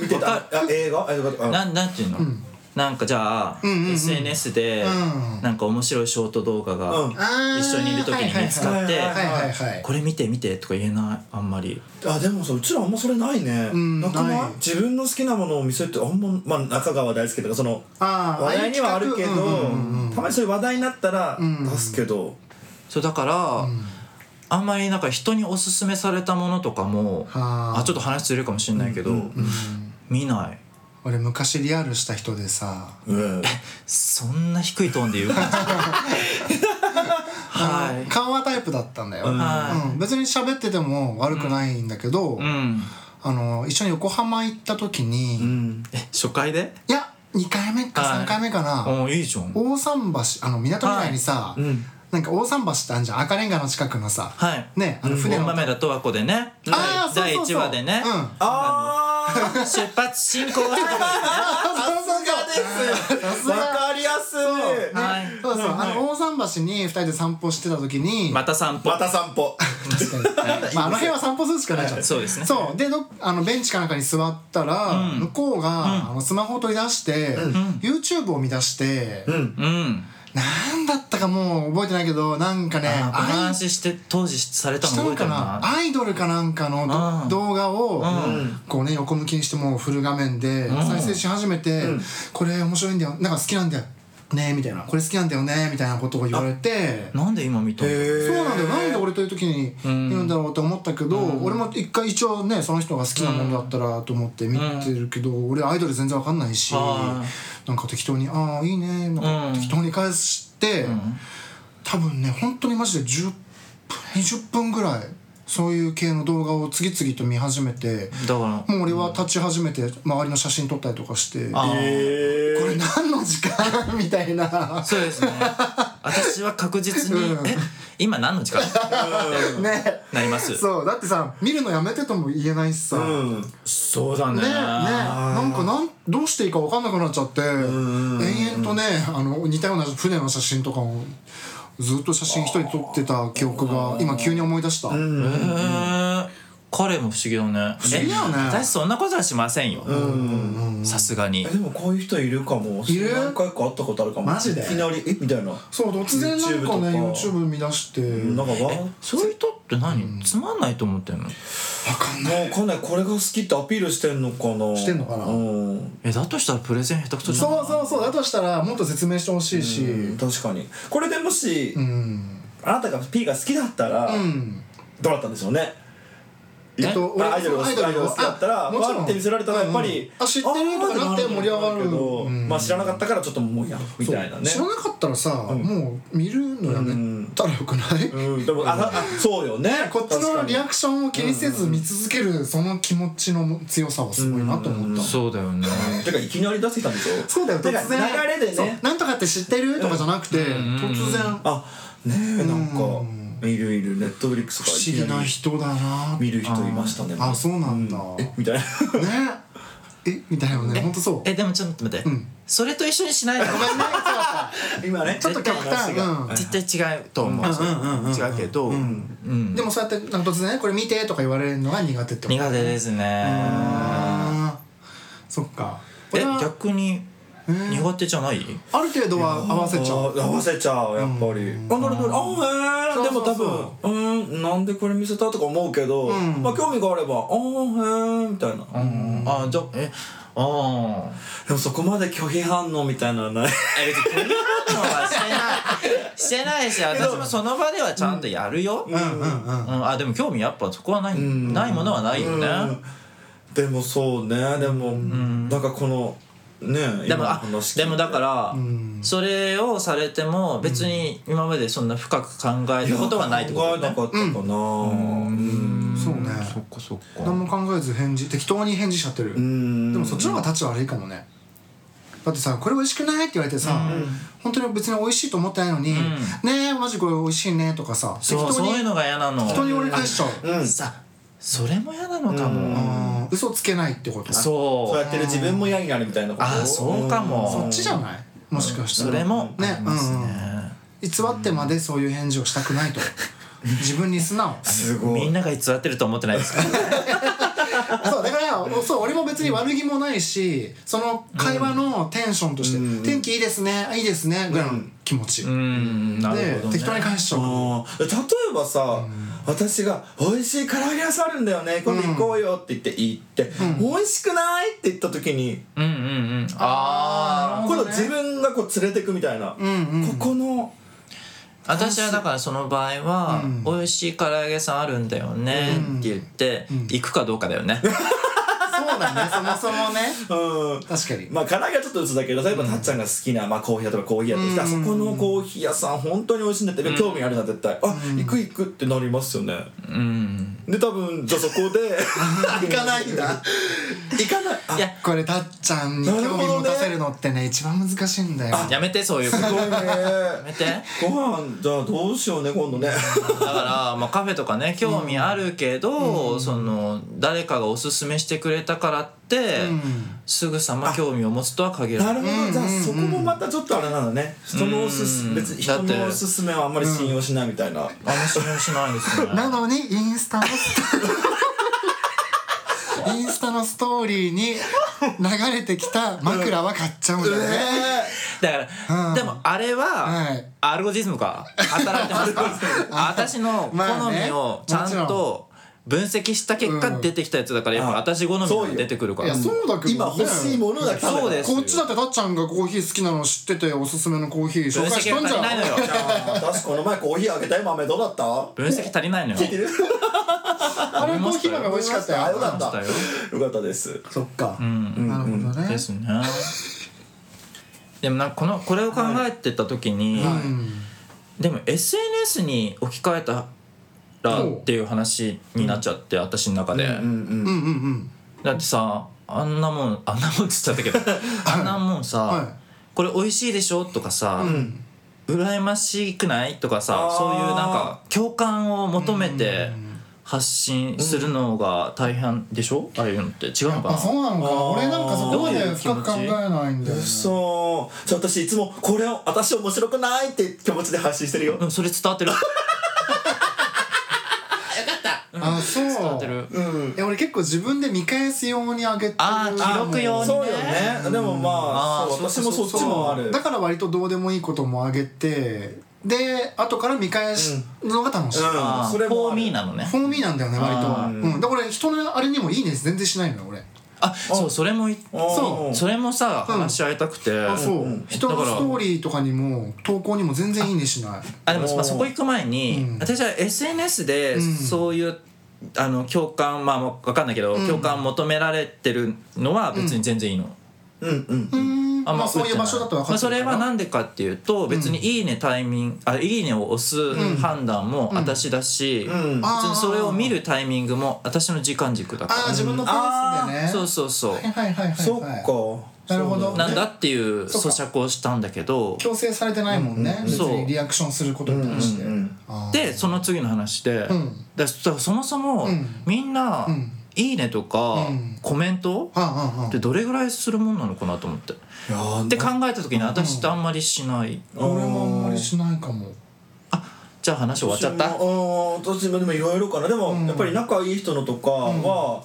[SPEAKER 1] 見てたあ映画あよかったあ
[SPEAKER 2] ななんていうの、
[SPEAKER 4] うん
[SPEAKER 2] なんかじゃあ、
[SPEAKER 4] うんうんうん
[SPEAKER 2] SNS で
[SPEAKER 4] うん
[SPEAKER 2] なんか面白いショート動画が、
[SPEAKER 1] うん
[SPEAKER 4] あー
[SPEAKER 2] 一緒にいる時に見つかって
[SPEAKER 4] はいはいはい
[SPEAKER 2] これ見て見て」とか言えないあんまり
[SPEAKER 1] あでもさうちらあんまそれないね、
[SPEAKER 4] うん
[SPEAKER 1] なくない
[SPEAKER 4] ない
[SPEAKER 1] 自分の好きなものを見せるってあんま、まあ、中川大輔とかその
[SPEAKER 4] あー
[SPEAKER 1] 話題にはあるけど、
[SPEAKER 4] うんうんうん
[SPEAKER 1] たまにそういう話題になったら
[SPEAKER 4] うん
[SPEAKER 1] 出すけど、
[SPEAKER 2] そうだから、
[SPEAKER 4] うん
[SPEAKER 2] あんまりなんか人におすすめされたものとかも
[SPEAKER 4] はー
[SPEAKER 2] あちょっと話ずれるかもしれないけど、
[SPEAKER 1] うん
[SPEAKER 4] うん
[SPEAKER 2] 見ない
[SPEAKER 4] 俺昔リアルした人でさ
[SPEAKER 1] うん
[SPEAKER 2] そんな低いトーンで言う 感じは
[SPEAKER 4] 緩和タイプだったんだよ、
[SPEAKER 1] う
[SPEAKER 4] うんん
[SPEAKER 2] は
[SPEAKER 4] 別に喋ってても悪くないんだけど、
[SPEAKER 2] いうん
[SPEAKER 4] あの一緒に横浜行った時に、
[SPEAKER 1] う
[SPEAKER 4] い
[SPEAKER 1] ん
[SPEAKER 2] え初回で
[SPEAKER 4] や2回目か
[SPEAKER 2] はい
[SPEAKER 4] 3回目かな、
[SPEAKER 2] あいいじゃん
[SPEAKER 4] 大桟橋あの港未来にさ、
[SPEAKER 1] うん
[SPEAKER 4] なんか大桟橋ってあんじゃん赤レンガの近くのさ、
[SPEAKER 2] はい
[SPEAKER 4] ねあの船
[SPEAKER 2] 本
[SPEAKER 4] の、
[SPEAKER 2] 豆だと和子でね
[SPEAKER 4] ああそう
[SPEAKER 2] 第
[SPEAKER 4] そうそう
[SPEAKER 2] 1話でね
[SPEAKER 4] うん、
[SPEAKER 1] あー
[SPEAKER 2] 出発進行と か
[SPEAKER 1] さすがですわかりやすい
[SPEAKER 2] ねはい
[SPEAKER 4] そうそう、あの大桟橋に2人で散歩してた時に、
[SPEAKER 2] また散歩
[SPEAKER 1] また散歩
[SPEAKER 4] 確かにまあ、あの辺は散歩するしかないじゃん
[SPEAKER 2] そうですね
[SPEAKER 4] そうでどっあのベンチかなんかに座ったら、
[SPEAKER 2] うん
[SPEAKER 4] 向こうが、あのスマホを取り出して、YouTube を見出して、
[SPEAKER 1] ん
[SPEAKER 2] うん
[SPEAKER 4] なんだったかもう覚えてないけどなんかね
[SPEAKER 2] あーこの
[SPEAKER 4] アイ
[SPEAKER 2] 話して当時されたの
[SPEAKER 4] した
[SPEAKER 2] 覚
[SPEAKER 4] の
[SPEAKER 2] えて
[SPEAKER 4] か
[SPEAKER 2] る
[SPEAKER 4] な
[SPEAKER 2] な
[SPEAKER 4] アイドルかなんかのど
[SPEAKER 2] うん
[SPEAKER 4] 動画を、
[SPEAKER 2] ん
[SPEAKER 4] こうね横向きにしてもうフル画面で
[SPEAKER 2] ん
[SPEAKER 4] 再生し始めて、
[SPEAKER 1] うん
[SPEAKER 4] これ面白いんだよなんか好きなんだよねみたいなこれ好きなんだよねみたいなことを言われて。
[SPEAKER 2] なんで今見たの
[SPEAKER 4] そうなんだよなんで俺という時に言うんだろうと思ったけど、俺も一回一応ねその人が好きなものだったらと思って見てるけど、俺アイドル全然わかんないし、
[SPEAKER 2] は
[SPEAKER 4] なんか適当に「ああいいね」なん
[SPEAKER 2] うん
[SPEAKER 4] か適当に返して、多分ね本当にマジで10分20分ぐらいそういう系の動画を次々と見始めて
[SPEAKER 2] だから
[SPEAKER 4] もう俺は立ち始めて周りの写真撮ったりとかして「
[SPEAKER 2] あ
[SPEAKER 4] こ
[SPEAKER 2] ー
[SPEAKER 1] えー
[SPEAKER 4] れ何の時間? 」みたいな。
[SPEAKER 2] そうです ね私は確実に
[SPEAKER 4] うん
[SPEAKER 2] え今何の 時間
[SPEAKER 4] ね
[SPEAKER 2] なります
[SPEAKER 4] そうだってさ見るのやめてとも言えないしさ、
[SPEAKER 1] うん
[SPEAKER 2] そうだ
[SPEAKER 4] ねねなんかなんどうしていいか分かんなくなっちゃって延々とねあの似たような船の写真とかをずっと写真一人撮ってた記憶が今急に思い出した、
[SPEAKER 2] へえ彼も不思議だね不
[SPEAKER 4] 思議だよね
[SPEAKER 2] 私そんなことはしませんよさすがに
[SPEAKER 1] えでもこういう人いるかも
[SPEAKER 4] いる
[SPEAKER 1] 何回か会ったことあるかも
[SPEAKER 4] マジで
[SPEAKER 1] いきなりえみたいな
[SPEAKER 4] そう突然なん
[SPEAKER 1] YouTube
[SPEAKER 4] かね
[SPEAKER 1] と
[SPEAKER 4] YouTube,
[SPEAKER 1] か
[SPEAKER 4] 見出して、
[SPEAKER 1] なんかわ
[SPEAKER 2] そういう人って何、つまんないと思ってんの
[SPEAKER 1] もうかなりこれが好きってアピールしてんのかな
[SPEAKER 4] してんのかな
[SPEAKER 1] うん
[SPEAKER 2] えだとしたらプレゼン下手くそじゃない
[SPEAKER 4] そうそうそうだとしたらもっと説明してほしいしうん
[SPEAKER 1] 確かにこれでもし、
[SPEAKER 4] うん、
[SPEAKER 1] あなたが P が好きだったら、どうだったんでしょうね
[SPEAKER 4] えっと、
[SPEAKER 1] まあアイドルが好きアイドルが好きだったら
[SPEAKER 4] あもちろん
[SPEAKER 1] わーって見せられたらやっぱり、
[SPEAKER 4] うんあ知ってるとかなって盛り上がる
[SPEAKER 1] けど、まあ知らなかったからちょっともうやみたいなね
[SPEAKER 4] 知らなかったらさ、もう見るのやめたらよくない、
[SPEAKER 1] うんでもああそうよね
[SPEAKER 4] こっち
[SPEAKER 1] 確か
[SPEAKER 4] の
[SPEAKER 1] に
[SPEAKER 4] リアクションを気にせず見続けるその気持ちの強さはすごいなと思った、
[SPEAKER 2] そうだよね
[SPEAKER 1] てかいきなり出してきたんでしょ
[SPEAKER 4] そうだよ
[SPEAKER 1] て
[SPEAKER 4] 突
[SPEAKER 1] か
[SPEAKER 4] 然
[SPEAKER 1] 流れで
[SPEAKER 4] そう
[SPEAKER 1] ね
[SPEAKER 4] なんとかって知ってるとかじゃなくて、突然不思
[SPEAKER 1] あねえなんかいるいるネットフリックスとかい
[SPEAKER 4] 議
[SPEAKER 1] きな
[SPEAKER 4] な
[SPEAKER 1] り
[SPEAKER 4] 人だな
[SPEAKER 1] 見る人いましたね
[SPEAKER 4] あそうなんだ、
[SPEAKER 1] えみたいな
[SPEAKER 4] ねえみたいなね本当そう
[SPEAKER 2] えでもちょっと待って、
[SPEAKER 4] うん
[SPEAKER 2] それと一緒にしないで
[SPEAKER 4] ごめんねそうだ
[SPEAKER 1] 今ね
[SPEAKER 4] ちょっと極端 うん
[SPEAKER 2] 絶対違うと思う,、違うけど、うん
[SPEAKER 4] ったでもそうやってなんか突然ねこれ見てとか言われるのが苦手ってこと
[SPEAKER 2] 苦手ですね
[SPEAKER 4] あーそっか
[SPEAKER 2] え
[SPEAKER 4] 俺は
[SPEAKER 2] 逆に苦手じゃない、
[SPEAKER 4] ある程度は合わせちゃう
[SPEAKER 1] あ合わせちゃうやっぱりあなるほどあへえでも多
[SPEAKER 4] そうそう
[SPEAKER 1] 分うーんなんでこれ見せたとか思うけどまあ興味があればあへえみたいな
[SPEAKER 2] あじゃえああ
[SPEAKER 1] でもそこまで拒否反応みたいなのはない
[SPEAKER 2] え別に拒否反応はしてないしてないし私もその場ではちゃんとやるよ、うん
[SPEAKER 4] うんうん
[SPEAKER 2] あでも興味やっぱそこはない、
[SPEAKER 1] ん
[SPEAKER 2] ないものはないよね、
[SPEAKER 1] でもそうねでも、なんかこのね
[SPEAKER 2] でも
[SPEAKER 1] 今の
[SPEAKER 2] あ
[SPEAKER 1] 話聞いて
[SPEAKER 2] でもだから、
[SPEAKER 4] ん
[SPEAKER 2] それをされても別に今までそんな深く考えたことはないってこと
[SPEAKER 1] い
[SPEAKER 2] だ
[SPEAKER 1] や
[SPEAKER 2] ね
[SPEAKER 1] 考えなかったかなうん
[SPEAKER 4] そうね
[SPEAKER 2] っかそっ
[SPEAKER 4] 何も考えず返事適当に返事しちゃってる
[SPEAKER 1] う
[SPEAKER 4] で
[SPEAKER 1] ん
[SPEAKER 4] もそっちの方が立ち悪いかもねだってさこれ美味しくないって言われてさ本当に別に美味しいと思ってないのに「ねえマジこれ美味しいね」とかさ適
[SPEAKER 2] そう
[SPEAKER 4] 当
[SPEAKER 2] そういう
[SPEAKER 4] に
[SPEAKER 2] のが嫌なの
[SPEAKER 4] 適当に俺返しちゃう
[SPEAKER 1] うん
[SPEAKER 2] さそれも嫌なのか
[SPEAKER 4] う
[SPEAKER 2] も、
[SPEAKER 4] ん嘘つけないってことそ
[SPEAKER 2] そ
[SPEAKER 1] そう
[SPEAKER 2] う
[SPEAKER 1] やってる自分も嫌になるみたいなこと
[SPEAKER 2] あーそうかも
[SPEAKER 1] うん
[SPEAKER 4] っちじゃないもしかしたら
[SPEAKER 2] それもあ
[SPEAKER 4] ね
[SPEAKER 2] りますね
[SPEAKER 4] 偽ってまでそういう返事をしたくないと自分に素 直
[SPEAKER 1] すごい
[SPEAKER 2] みんなが偽ってると思ってないですか
[SPEAKER 4] そうだからそう俺も別に悪気もないしその会話のテンションとして「天気いいですねあいいですね」ぐらいの気持ち、
[SPEAKER 2] うんなる
[SPEAKER 4] で
[SPEAKER 2] ほど、ね、
[SPEAKER 4] 適当に返しちゃうから
[SPEAKER 1] あー例えばさ、私が「美味しい唐揚げ屋さんあるんだよね今度行こうよ」って言って行って「美味しくない?」って言った時に
[SPEAKER 2] うんうんうんああ
[SPEAKER 1] 今度自分がこう連れてくみたいな、ここの
[SPEAKER 2] 私はだからその場合は「美味しい唐揚げさんあるんだよね」って言って行くかどうかだよ ね
[SPEAKER 4] そうだねそもそもね
[SPEAKER 1] うん
[SPEAKER 4] 確かに
[SPEAKER 1] まあ唐揚げはちょっと嘘だけど例えばたっちゃんが好きな、まあ、コーヒー屋とかコーヒー屋とか、あそこのコーヒー屋さん本当に美味しいんだって、興味あるな絶対あ、行く行くってなりますよね
[SPEAKER 2] うん
[SPEAKER 1] で多分じゃあそこで 行かないんだ 行かないあ
[SPEAKER 2] いや
[SPEAKER 4] これたっちゃんに興味持たせるのってね一番難しいんだよ
[SPEAKER 2] やめてそういうこと
[SPEAKER 1] すご
[SPEAKER 2] や
[SPEAKER 1] いね
[SPEAKER 2] めて
[SPEAKER 1] ご飯じゃあどうしようね今度ね
[SPEAKER 2] だから、まあ、カフェとかね興味あるけど、その誰かがおすすめしてくれたからって、すぐさま興味を持つとは限ら
[SPEAKER 1] な
[SPEAKER 2] な
[SPEAKER 1] る
[SPEAKER 2] い
[SPEAKER 1] ほどじゃあそこもまたちょっとあれなんだね人のおすす
[SPEAKER 2] うん
[SPEAKER 1] 別に人
[SPEAKER 2] だって
[SPEAKER 1] のおすすめはあんまり信用しないみたいな、
[SPEAKER 2] あんま信用しないです ね
[SPEAKER 4] なのにインスタのストインスタのストーリーに流れてきた枕は買っちゃうんだよね、
[SPEAKER 2] だから、
[SPEAKER 4] うん
[SPEAKER 2] でもあれは、
[SPEAKER 4] はい
[SPEAKER 2] アルゴリズムか働いてます か私の好みをちゃんと分析した結
[SPEAKER 4] う
[SPEAKER 2] 果
[SPEAKER 4] ん
[SPEAKER 2] 出てきたやつだからやっ
[SPEAKER 1] あ
[SPEAKER 2] ぱ私好みが出てくるか
[SPEAKER 4] い
[SPEAKER 2] ら
[SPEAKER 4] やそうだけどね
[SPEAKER 1] 今欲しいものだけ食べた
[SPEAKER 2] そうです
[SPEAKER 4] こっちだってたっちゃんがコーヒー好きなの知ってておすすめのコーヒー
[SPEAKER 2] 分
[SPEAKER 4] 紹介し
[SPEAKER 2] 析
[SPEAKER 4] たん
[SPEAKER 2] が
[SPEAKER 4] じ
[SPEAKER 2] 足
[SPEAKER 4] ゃ
[SPEAKER 2] り
[SPEAKER 4] ん
[SPEAKER 2] ないのよ
[SPEAKER 1] あ確かこの前コーヒーあげたよ豆どうだった
[SPEAKER 2] 分析足りないのよ
[SPEAKER 1] 聞いてるよ
[SPEAKER 4] あれコーヒーの方が美味しかった
[SPEAKER 1] あ
[SPEAKER 4] よ
[SPEAKER 1] よかった
[SPEAKER 2] よかった
[SPEAKER 1] よかったです
[SPEAKER 4] そっか、
[SPEAKER 2] ん
[SPEAKER 4] なるほどね
[SPEAKER 2] ですねでもなんかこのこれを考えてた時に、
[SPEAKER 4] うん
[SPEAKER 2] でも SNS に置き換えたらっていう話になっちゃって、私の中で、
[SPEAKER 1] うん
[SPEAKER 4] うんうんうん
[SPEAKER 2] だってさあんなもんあんなもんっつっちゃった けどあんなもんさ、
[SPEAKER 4] はい
[SPEAKER 2] これ美味しいでしょとかさ、羨ましくないとかさ
[SPEAKER 1] あー
[SPEAKER 2] そういうなんか共感を求めて発信するのが大変でしょ、ああいうのって違うのか
[SPEAKER 4] あ
[SPEAKER 2] な
[SPEAKER 4] そうなのか
[SPEAKER 1] あー
[SPEAKER 4] な俺なんかそこまで深く考えないんだよね
[SPEAKER 1] そうじゃあ私いつもこれを私面白くないって気持ちで発信してるよ
[SPEAKER 2] うんそれ伝わってる
[SPEAKER 4] あそう伝
[SPEAKER 2] 伝わってる
[SPEAKER 1] うん
[SPEAKER 4] 俺結構自分で見返すようにあげてる
[SPEAKER 2] あー記録用にね
[SPEAKER 1] そうよねでもまあ
[SPEAKER 2] あー
[SPEAKER 1] そう
[SPEAKER 2] そ
[SPEAKER 1] 私も
[SPEAKER 2] うそうそう
[SPEAKER 1] そっちもある
[SPEAKER 4] だから割とどうでもいいこともあげてで後から見返すのが楽しい、
[SPEAKER 1] うん
[SPEAKER 2] あー
[SPEAKER 1] それも
[SPEAKER 2] フォーミーなのね
[SPEAKER 4] フォーミーなんだよね割とうん、だから俺人のあれにもいいね全然しないのよ俺
[SPEAKER 2] あそうそれもい
[SPEAKER 1] そう
[SPEAKER 2] それもさ話し合いたくて、
[SPEAKER 4] あそう、人の
[SPEAKER 2] だから
[SPEAKER 4] ストーリーとかにも投稿にも全然いいねしない
[SPEAKER 2] あでもまあそこ行く前に、私は SNS でそういう、あの共感まあ分かんないけど、共感求められてるのは別に全然いい
[SPEAKER 1] う
[SPEAKER 2] の。
[SPEAKER 1] んうん
[SPEAKER 4] うんまあ、そういう場所だと分か
[SPEAKER 2] まあ
[SPEAKER 4] って
[SPEAKER 2] それ
[SPEAKER 4] るか
[SPEAKER 2] は
[SPEAKER 4] ら、
[SPEAKER 2] なんでかっていうと別に「いいね」タイミングあ「いいね」を押す判断も私だし、
[SPEAKER 1] ん
[SPEAKER 2] 別にそれを見るタイミングも私の時間軸だか
[SPEAKER 4] ああ自分のペースで
[SPEAKER 2] ら、
[SPEAKER 4] ね
[SPEAKER 2] そうそ
[SPEAKER 4] そ
[SPEAKER 2] うそう、
[SPEAKER 4] はいはいはいはい、はい、
[SPEAKER 1] そっか
[SPEAKER 4] なるほど
[SPEAKER 2] なんだっていう咀嚼をしたんだけど
[SPEAKER 4] 強制されてないもんね、別
[SPEAKER 2] そう
[SPEAKER 4] にリアクションすることに対して、あー
[SPEAKER 2] でその次の話で、
[SPEAKER 4] ん
[SPEAKER 2] だからそもそも、みんな、いいねとか、コメント
[SPEAKER 4] あああああ
[SPEAKER 2] ってどれぐらいするもんなのかなと思って。
[SPEAKER 1] いやー
[SPEAKER 2] で考えた時に私ってあんまりしない。
[SPEAKER 4] あ俺もあんまりしないかも
[SPEAKER 2] じゃあ話終わっちゃった
[SPEAKER 1] 私。もうん私もでもいろいろかなでも、やっぱり仲いい人のとかは、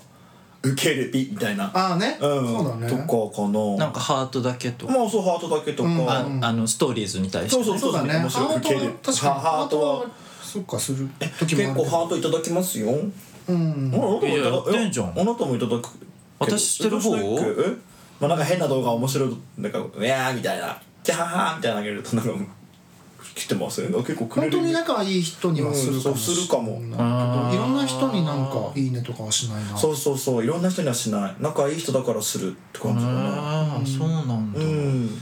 [SPEAKER 1] 受け入れピみたいな
[SPEAKER 4] ああね、
[SPEAKER 1] うん
[SPEAKER 4] そうだね
[SPEAKER 1] とかかな
[SPEAKER 2] なんかハートだけとか、
[SPEAKER 1] まあそうハートだけとか、
[SPEAKER 2] ああのストーリーズに対して
[SPEAKER 1] そ
[SPEAKER 2] ね、
[SPEAKER 1] うそうそ
[SPEAKER 4] そううだね
[SPEAKER 1] 面白く受け入れ
[SPEAKER 4] ハートは確かに
[SPEAKER 1] ハハートは
[SPEAKER 4] そっかする時もあ
[SPEAKER 1] 結
[SPEAKER 4] る
[SPEAKER 1] 構ハートいただきますよ
[SPEAKER 4] うん
[SPEAKER 1] あなたもいただ
[SPEAKER 2] いややってんじゃん
[SPEAKER 1] あなたもいただく
[SPEAKER 2] 私してる方
[SPEAKER 1] えまあ、なんか変な動画面白いなんか「うやー」みたいな「キャハハー」みたいなのあげるとなんか来てますよね結構くれ
[SPEAKER 4] 本
[SPEAKER 1] る
[SPEAKER 4] 当に仲いい人にはするかもし
[SPEAKER 1] うんそうするかも
[SPEAKER 4] ないけどいろんな人になんかいいねとかはしないな
[SPEAKER 1] そうそうそういろんな人にはしない仲いい人だからするって感じかな
[SPEAKER 2] ああそうなんだ、
[SPEAKER 1] うん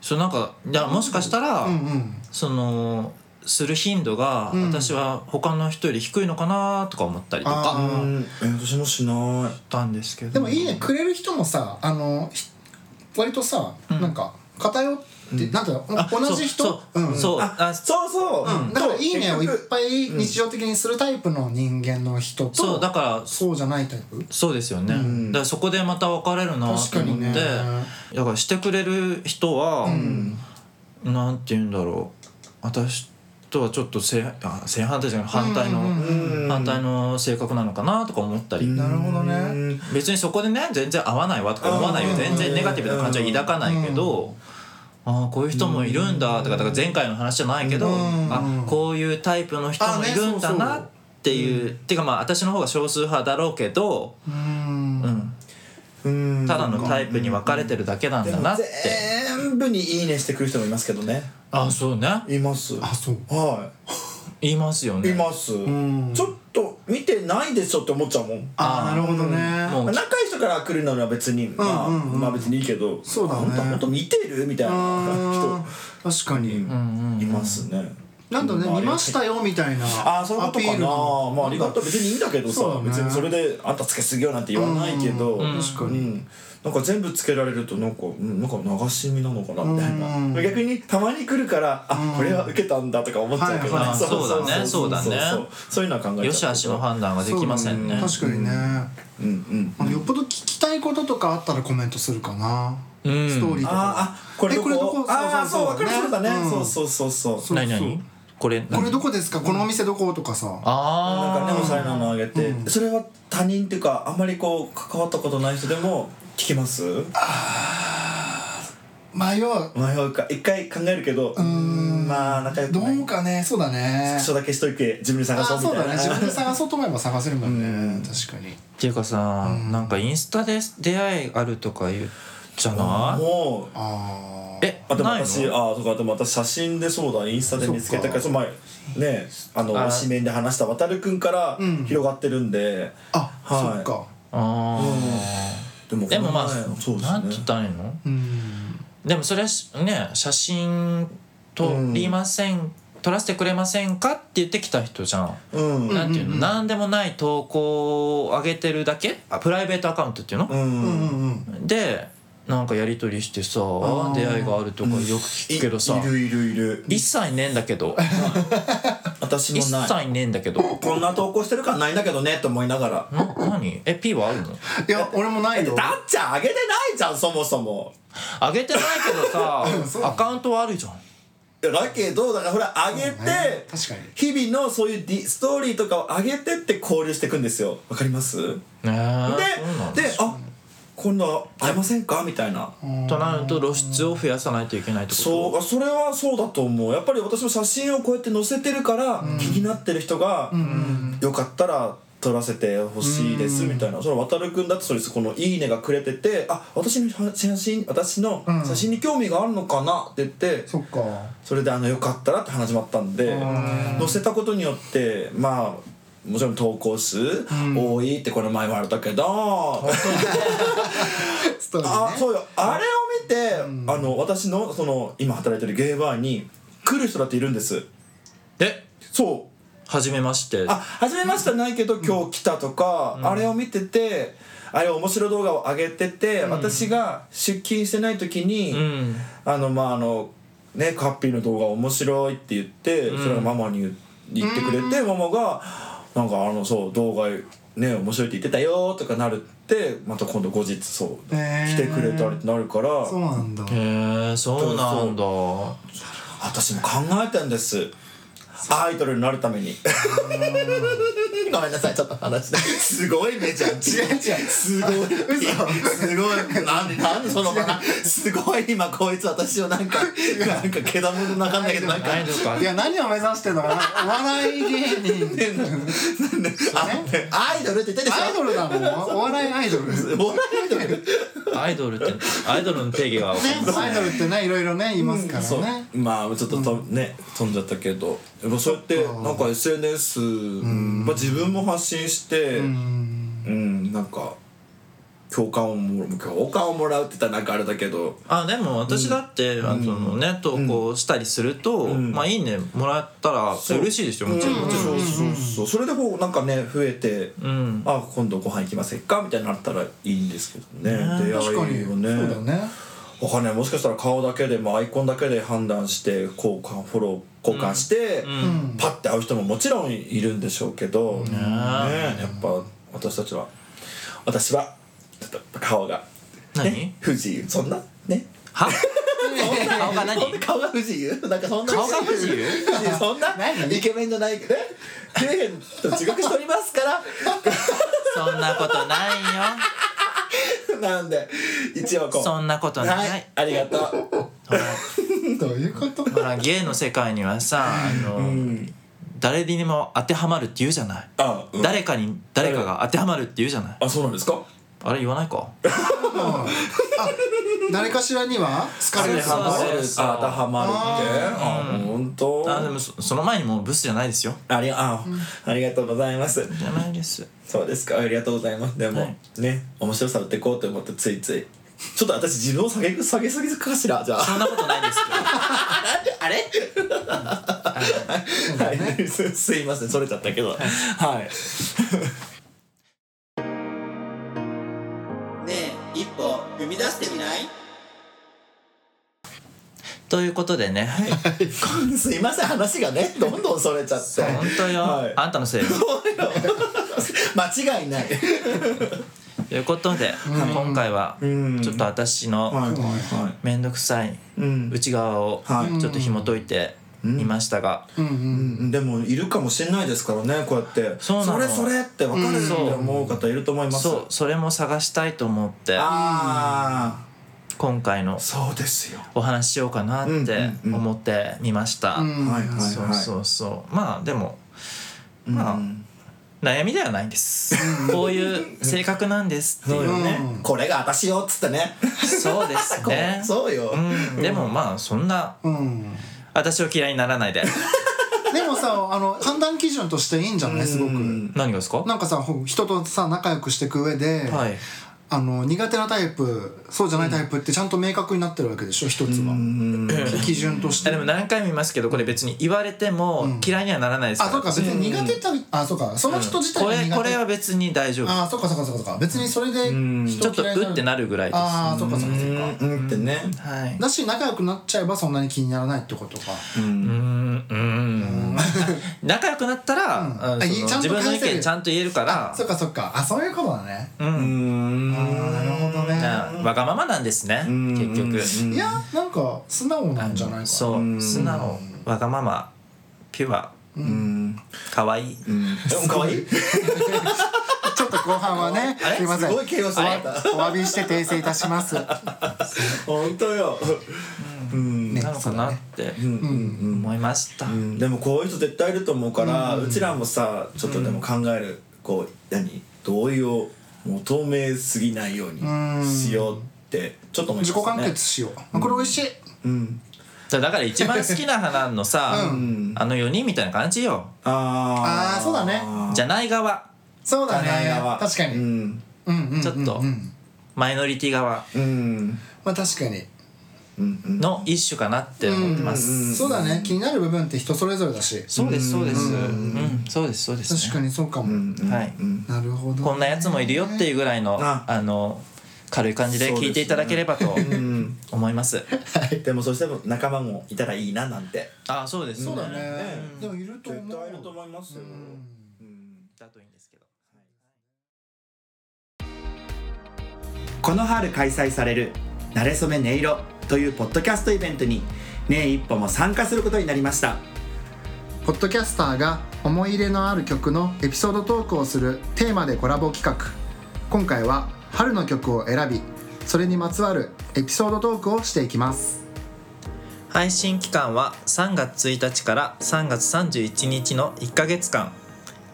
[SPEAKER 2] そうなんかじゃあもしかしたら、
[SPEAKER 4] うんうん
[SPEAKER 2] そのする頻度が
[SPEAKER 4] ん
[SPEAKER 2] 私は他の人より低いのかなとか思ったりとか
[SPEAKER 4] あー
[SPEAKER 1] うんえ私もしない
[SPEAKER 2] したんですけど
[SPEAKER 4] でもいいねくれる人もさあのひ割とさ、なんか偏って、なんていうの
[SPEAKER 2] あ
[SPEAKER 4] 同じ人
[SPEAKER 2] そう、
[SPEAKER 4] ん
[SPEAKER 2] そうあ
[SPEAKER 1] そうそう、
[SPEAKER 4] だからいいねをいっ
[SPEAKER 1] い
[SPEAKER 4] ぱい日常的にするタイプの人間の人と
[SPEAKER 2] そうだから
[SPEAKER 4] そうじゃないタイプ
[SPEAKER 2] そうですよね、
[SPEAKER 1] ん
[SPEAKER 2] だからそこでまた別れるなと
[SPEAKER 4] 確か
[SPEAKER 2] 思っ
[SPEAKER 4] に
[SPEAKER 2] て、
[SPEAKER 4] ね
[SPEAKER 2] だからしてくれる人は、なんて言うんだろう私とはちょっと正あ正反対じゃない反対の、
[SPEAKER 4] うんうん
[SPEAKER 2] 反対の性格なのかなとか思ったり、
[SPEAKER 4] なるほどね
[SPEAKER 2] 別にそこでね全然合わないわとか思わないよ
[SPEAKER 4] うんうんうん
[SPEAKER 2] 全然ネガティブな感情は抱かないけど、ああこういう人もいるんだとかだから前回の話じゃないけど、
[SPEAKER 4] うん
[SPEAKER 2] あこういうタイプの人もいるんだなっていうっていうかまあ私の方が少数派だろうけど、
[SPEAKER 4] うん
[SPEAKER 2] うん、
[SPEAKER 1] うん
[SPEAKER 2] ただのタイプに分かれてるだけなんだなって、
[SPEAKER 1] 全部にいいねしてくる人もいますけどね
[SPEAKER 2] あそうね
[SPEAKER 1] います
[SPEAKER 4] あそう
[SPEAKER 1] は
[SPEAKER 2] 言いますよ
[SPEAKER 1] い
[SPEAKER 2] ね
[SPEAKER 1] います、
[SPEAKER 4] ん
[SPEAKER 1] ちょっと見てないでしょって思っちゃうもん
[SPEAKER 4] ああなるほどね
[SPEAKER 2] もう
[SPEAKER 1] まあ仲いい人から来るのは別に、まあ、
[SPEAKER 4] うんうんうん
[SPEAKER 1] まあ別にいいけど
[SPEAKER 4] そうだ
[SPEAKER 1] あ
[SPEAKER 4] ね
[SPEAKER 1] んた本当見てるみたいな
[SPEAKER 4] あ
[SPEAKER 1] 人
[SPEAKER 4] ー確かに、
[SPEAKER 1] いますね
[SPEAKER 4] なんだろうね見ましたよみたいな
[SPEAKER 1] ああそういうことかなまあありがとう別にいいんだけどさ、
[SPEAKER 4] そうだね
[SPEAKER 1] 別にそれであんたつけすぎよなんて言わないけど、
[SPEAKER 4] うん確か
[SPEAKER 1] う
[SPEAKER 4] に
[SPEAKER 1] ん、なんか全部つけられるとなんか、うん、なんか流し見なのかなみたいな、
[SPEAKER 4] うん
[SPEAKER 1] 逆にたまに来るからあ、これは受けたんだとか思っちゃうけど、
[SPEAKER 4] はいはい
[SPEAKER 2] そうだねそうだね
[SPEAKER 1] そうそういうのは考えちゃう
[SPEAKER 2] よし悪しの判断ができませんね。
[SPEAKER 4] そうだね
[SPEAKER 1] う
[SPEAKER 4] 確かにね、
[SPEAKER 1] んうん
[SPEAKER 4] あのよっぽど聞きたいこととかあったらコメントするかな、
[SPEAKER 2] うん
[SPEAKER 4] ストーリーとか
[SPEAKER 1] あーあこれどこ
[SPEAKER 4] えこれどこ
[SPEAKER 1] ああそう分かるそうだね、
[SPEAKER 4] うん
[SPEAKER 1] そうそうそうそう
[SPEAKER 4] う
[SPEAKER 2] 何何これ
[SPEAKER 4] これどこですかこのお店どことかさ
[SPEAKER 2] あ
[SPEAKER 1] なんかねおしゃれなのあげて、それは他人っていうかあんまりこう関わったことない人でも聞きます
[SPEAKER 4] 迷う
[SPEAKER 1] 迷うか一回考えるけどまあ仲良く
[SPEAKER 4] ど
[SPEAKER 1] ないう
[SPEAKER 4] かねそうだね
[SPEAKER 1] 一緒だけしといて自分で探
[SPEAKER 4] あ
[SPEAKER 1] そうみ
[SPEAKER 4] そう
[SPEAKER 1] た
[SPEAKER 4] だ
[SPEAKER 1] い
[SPEAKER 4] ね
[SPEAKER 1] な
[SPEAKER 4] 自分で探そうと思えば探せるもんね確かに
[SPEAKER 2] っていうかさ、なんかインスタで出会いあるとか言うじゃない
[SPEAKER 1] もう
[SPEAKER 4] あ
[SPEAKER 2] え
[SPEAKER 1] あでも
[SPEAKER 2] ないの
[SPEAKER 1] 私あそうかでも私写真でそうだインスタで見つけたからそ
[SPEAKER 4] そ
[SPEAKER 1] の前ねあの
[SPEAKER 2] あ
[SPEAKER 1] 紙面で話した渡るくんから
[SPEAKER 4] ん
[SPEAKER 1] 広がってるんで、
[SPEAKER 4] あ、
[SPEAKER 1] はい
[SPEAKER 4] そっか
[SPEAKER 2] あ
[SPEAKER 1] でも
[SPEAKER 2] ーでもまあ、
[SPEAKER 1] この前そうですね
[SPEAKER 2] なんて言ったらいいの
[SPEAKER 4] うん
[SPEAKER 2] でもそれはしね写真撮りません、撮らせてくれませんかって言ってきた人じゃん。
[SPEAKER 1] うん
[SPEAKER 2] なんていうの、なんでもない投稿を上げてるだけあプライベートアカウントっていうの、
[SPEAKER 1] うん、
[SPEAKER 4] うんうん
[SPEAKER 2] でなんかやり取りしてさ出会いがあるとかよく聞くけどさ、
[SPEAKER 1] いるいるいる
[SPEAKER 2] 一切ねえんだけど
[SPEAKER 1] 私も
[SPEAKER 2] 一
[SPEAKER 1] ない
[SPEAKER 2] 切ねえんだけど
[SPEAKER 1] こんな投稿してるからないんだけどねって思いながら
[SPEAKER 2] な何え P はあるの
[SPEAKER 4] いや俺もないよ
[SPEAKER 1] だっちゃんあげてないじゃんそもそも
[SPEAKER 2] あげてないけど さアカウントはあるじゃん
[SPEAKER 1] いやだけどだからほらあげて、
[SPEAKER 4] ね確かに
[SPEAKER 1] 日々のそういうディストーリーとかを上げてって交流していくんですよわかりますで
[SPEAKER 2] ねえそうなんだ
[SPEAKER 1] であこんな会えませんかみたいな
[SPEAKER 2] となると露出を増やさないといけないってこと
[SPEAKER 1] そうあそれはそうだと思うやっぱり私も写真をこうやって載せてるから、気になってる人が、よかったら撮らせてほしいですみたいな、その渡るくんだってそれこの「いいね」がくれてて「あ私の写真私の写真に興味があるのかな」って言って、
[SPEAKER 4] そっか
[SPEAKER 1] それであのよかったらって始まったんで載せたことによってまあもちろん投稿数多いってこの前もあったけど、
[SPEAKER 4] ストーリー
[SPEAKER 1] あ
[SPEAKER 4] ね
[SPEAKER 1] そうよあれを見て、あの私のその今働いてるゲイバーに来る人だっているんです
[SPEAKER 2] で
[SPEAKER 1] そう
[SPEAKER 2] 初めまして
[SPEAKER 1] あ初めましてはないけど今日来たとか、あれを見ててあれ面白動画を上げてて、私が出勤してない時に、
[SPEAKER 2] うん
[SPEAKER 1] あのまああのねカッピーの動画面白いって言って、それがママに言言ってくれて、ママがなんかあのそう動画ね面白いって言ってたよとかなるってまた今度後日そう、
[SPEAKER 4] へー
[SPEAKER 1] 来てくれたりってなるから
[SPEAKER 4] そうなんだ
[SPEAKER 2] へえそうなんだ
[SPEAKER 1] 私も考えてんですアイドルになるために ごめんなさいちょっと話してすごいねじゃん違う違うすごいすごいなんでなんでその場なすごい今こいつ私を なんかなんか毛玉の中んだけどなんか
[SPEAKER 2] アイドルか
[SPEAKER 4] いや何を目指してんのかなお笑い芸人
[SPEAKER 1] あアイドルって言ってるでしょ
[SPEAKER 4] アイドルだもんお笑いアイドル
[SPEAKER 1] お笑いアイドル
[SPEAKER 2] アイドルってアイドルの定義が分かんない
[SPEAKER 4] ねアイドルってねいろいろねいますから
[SPEAKER 1] そう
[SPEAKER 4] ね、
[SPEAKER 1] まあちょっとと、ね飛んじゃったけどやっぱそうやってなんか SNS、まあ、自分も発信してうん、なんか共感をもらう共感をもらうって言ったらなんかあれだけど
[SPEAKER 2] あでも私だって、あのね投稿したりすると、まあいいねもらったら嬉しいですよもちろんもちろん
[SPEAKER 1] そうそうそうそれでこうなんかね増えて、
[SPEAKER 2] ん
[SPEAKER 1] あ今度ご飯行きませんかみたいになったらいいんですけどね出
[SPEAKER 4] 確か
[SPEAKER 1] 会い
[SPEAKER 4] に
[SPEAKER 1] を
[SPEAKER 4] そうだよね
[SPEAKER 1] わかんないもしかしたら顔だけでもアイコンだけで判断して交換フォロー交換して、パッて会う人ももちろんいるんでしょうけど、ねえやっぱ私たちは私はちょっと顔が
[SPEAKER 2] 何
[SPEAKER 1] 不自由そんなね
[SPEAKER 2] は顔が何
[SPEAKER 1] 顔が不自由 なんかそんな
[SPEAKER 2] 顔が不自由
[SPEAKER 1] そんなイケメンじゃないね底辺と自覚しておりますから
[SPEAKER 2] そんなことないよ
[SPEAKER 1] なんで一応こう
[SPEAKER 2] そんなことない
[SPEAKER 1] はい、ありがとう
[SPEAKER 4] どういうこと
[SPEAKER 2] ほら芸の世界にはさあの、誰にも当てはまるって言うじゃない
[SPEAKER 1] あ、うん
[SPEAKER 2] 誰かに誰かが当てはまるって言うじゃない
[SPEAKER 1] あそうなんですか
[SPEAKER 2] あれ言わないか
[SPEAKER 4] あ誰かしらには好かれる
[SPEAKER 1] 当てはまる
[SPEAKER 2] そうそうそう
[SPEAKER 1] あ当てはまるってあ本当
[SPEAKER 2] あでもそその前にもうブスじゃないですよ
[SPEAKER 1] ありあありがとうございます
[SPEAKER 2] じゃないです
[SPEAKER 1] そうですかありがとうございますでも、
[SPEAKER 2] はい
[SPEAKER 1] ね面白さ売っていこうと思ってついついちょっと私自分を下げ下げすぎかしらじゃ
[SPEAKER 2] そ
[SPEAKER 1] あ
[SPEAKER 2] んなことないですけ ど
[SPEAKER 1] あれはいすすいませんそれちゃったけど はい
[SPEAKER 5] ねえ一歩踏み出してみない
[SPEAKER 2] ということでね
[SPEAKER 1] すいません話がねどんどんそれちゃって
[SPEAKER 2] 本当よ、
[SPEAKER 1] はい
[SPEAKER 2] あんたのせいよ
[SPEAKER 1] 間違いない
[SPEAKER 2] ということで、今回は
[SPEAKER 1] ん
[SPEAKER 2] ちょっと私の
[SPEAKER 1] いは
[SPEAKER 2] 面倒くさい
[SPEAKER 1] いうん
[SPEAKER 2] 内側を
[SPEAKER 1] はい
[SPEAKER 2] ちょっと紐解いてみましたが、
[SPEAKER 1] うんでもいるかもしれないですからねこうやって
[SPEAKER 2] そうなの
[SPEAKER 1] れそれって分かるって思う方いると思います、
[SPEAKER 2] そうそれも探したいと思って
[SPEAKER 1] あ
[SPEAKER 2] 今回の
[SPEAKER 1] あそうですよ、
[SPEAKER 2] お話ししようかな
[SPEAKER 1] うん
[SPEAKER 2] っ
[SPEAKER 1] う
[SPEAKER 2] て
[SPEAKER 1] んうん
[SPEAKER 2] 思ってみました、
[SPEAKER 4] うん
[SPEAKER 1] はいはいはい
[SPEAKER 2] そうそうそうまあでも
[SPEAKER 1] うん
[SPEAKER 2] まあ悩みではないんですこういう性格なんですって
[SPEAKER 1] そう
[SPEAKER 2] いう
[SPEAKER 1] よね、これが私よっつってね
[SPEAKER 2] そうですね
[SPEAKER 1] そうよ、
[SPEAKER 2] うん、でもまあそんな
[SPEAKER 4] うん
[SPEAKER 2] 私を嫌いにならないで
[SPEAKER 4] でもさあの判断基準としていいんじゃないすごく
[SPEAKER 1] うん
[SPEAKER 2] 何がですか
[SPEAKER 4] なんかさほ人とさ仲良くしていく上で、
[SPEAKER 2] はい
[SPEAKER 4] あの苦手なタイプそうじゃないタイプってちゃんと明確になってるわけでしょ一つは、基準とし
[SPEAKER 2] あ
[SPEAKER 4] て
[SPEAKER 2] でも何回も言いますけどこれ別に言われても嫌いにはならないです
[SPEAKER 4] あ
[SPEAKER 2] か、
[SPEAKER 4] そうから別に苦手ってあそうかその人自体
[SPEAKER 2] こ
[SPEAKER 4] が苦
[SPEAKER 2] れ
[SPEAKER 4] 手
[SPEAKER 2] これは別に大丈夫
[SPEAKER 4] あそうかそうかそうかそうか別にそれで
[SPEAKER 2] ちょ
[SPEAKER 4] 人
[SPEAKER 2] っと
[SPEAKER 4] 嫌いに
[SPEAKER 2] うってなるぐらいですは
[SPEAKER 4] ああそうかそうかそう
[SPEAKER 1] う
[SPEAKER 4] か
[SPEAKER 1] んってね
[SPEAKER 2] い
[SPEAKER 4] だし仲良くなっちゃえばそんなに気にならないってことか
[SPEAKER 2] うんうん仲良くなったら、あ
[SPEAKER 4] あ
[SPEAKER 2] その
[SPEAKER 4] いいちゃん
[SPEAKER 2] 自
[SPEAKER 4] と
[SPEAKER 2] 分の意
[SPEAKER 4] 返せる
[SPEAKER 2] 見ちゃんと言えるから
[SPEAKER 4] そっかそっかあそういうことだね
[SPEAKER 2] う
[SPEAKER 1] うんん
[SPEAKER 4] なるほどね
[SPEAKER 2] なわがままなんですね
[SPEAKER 1] ん
[SPEAKER 2] 結局
[SPEAKER 4] いやなんか素直なんじゃないかな
[SPEAKER 2] そう素直わがままピュア
[SPEAKER 1] うん
[SPEAKER 2] 可愛い
[SPEAKER 1] でも可愛い
[SPEAKER 4] ちょっと後半 はね
[SPEAKER 1] あれ
[SPEAKER 4] すいません
[SPEAKER 1] すごい形容詞だった
[SPEAKER 4] お詫びして訂正いたします
[SPEAKER 1] 本当ようん
[SPEAKER 4] ね
[SPEAKER 2] なのかなって
[SPEAKER 1] うんうん
[SPEAKER 2] 思いました、
[SPEAKER 1] うんでもこういう人絶対いると思うから、うちらもさちょっとでも考える、こう何同意を求めすぎないようにしようってちょっと思いまし
[SPEAKER 4] 自
[SPEAKER 1] たね
[SPEAKER 4] 己完結しようこれ美味しい
[SPEAKER 1] うん
[SPEAKER 2] だから一番好きな花のさ、
[SPEAKER 1] ん
[SPEAKER 2] あの4人みたいな感じよ
[SPEAKER 1] あー
[SPEAKER 4] あーそうだね
[SPEAKER 2] じゃない側
[SPEAKER 4] そうだ
[SPEAKER 1] 神奈
[SPEAKER 4] ね
[SPEAKER 1] 川
[SPEAKER 4] 確かに
[SPEAKER 1] う
[SPEAKER 4] うん
[SPEAKER 1] ん
[SPEAKER 4] うんうん
[SPEAKER 2] ちょっと
[SPEAKER 4] うん
[SPEAKER 2] マイノリティ側
[SPEAKER 1] うん
[SPEAKER 4] まあ確かに
[SPEAKER 1] うんうん
[SPEAKER 2] の一種かなって思ってます、
[SPEAKER 4] そうだね気になる部分って人それぞれだし
[SPEAKER 2] そうですそうですうんそうですそうです、ね、
[SPEAKER 4] 確かにそうか
[SPEAKER 1] う
[SPEAKER 4] も
[SPEAKER 1] んうん
[SPEAKER 2] はい
[SPEAKER 1] うん
[SPEAKER 4] なるほど
[SPEAKER 2] こんなやつもいるよっていうぐらいの
[SPEAKER 1] あ
[SPEAKER 2] あの軽い感じで聞いていただければと
[SPEAKER 1] うん
[SPEAKER 2] 思います
[SPEAKER 1] でもそしても仲間もいたらいいななんて
[SPEAKER 2] あそうです
[SPEAKER 4] そうだ
[SPEAKER 1] ね
[SPEAKER 4] ねでもいると思う
[SPEAKER 1] 思いますよ
[SPEAKER 2] だといいんですけど
[SPEAKER 5] この春開催される「なれそめ音色」というポッドキャストイベントにねえ一歩も参加することになりました
[SPEAKER 4] ポッドキャスターが思い入れのある曲のエピソードトークをするテーマでコラボ企画今回は春の曲を選びそれにまつわるエピソードトークをしていきます
[SPEAKER 2] 配信期間は3月1日から3月31日の1ヶ月間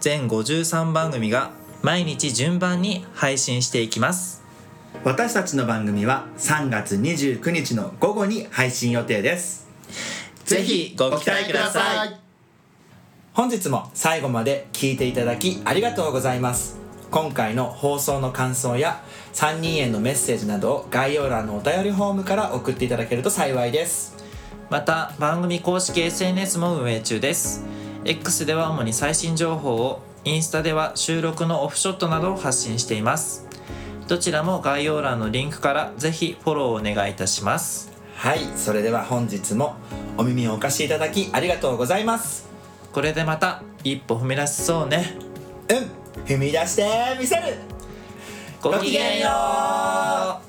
[SPEAKER 2] 全53番組が毎日順番に配信していきます
[SPEAKER 1] 私たちの番組は3月29日の午後に配信予定です
[SPEAKER 2] ぜひご期待ください
[SPEAKER 1] 本日も最後まで聞いていただきありがとうございます今回の放送の感想や3人へのメッセージなどを概要欄のお便りフォームから送っていただけると幸いです
[SPEAKER 2] また番組公式 SNS も運営中です X では主に最新情報をインスタでは収録のオフショットなどを発信していますどちらも概要欄のリンクからぜひフォローをお願いいたします
[SPEAKER 1] はいそれでは本日もお耳をお貸しいただきありがとうございます
[SPEAKER 2] これでまた一歩踏み出せそうね
[SPEAKER 1] うん踏み出してみせる
[SPEAKER 2] ごきげんよう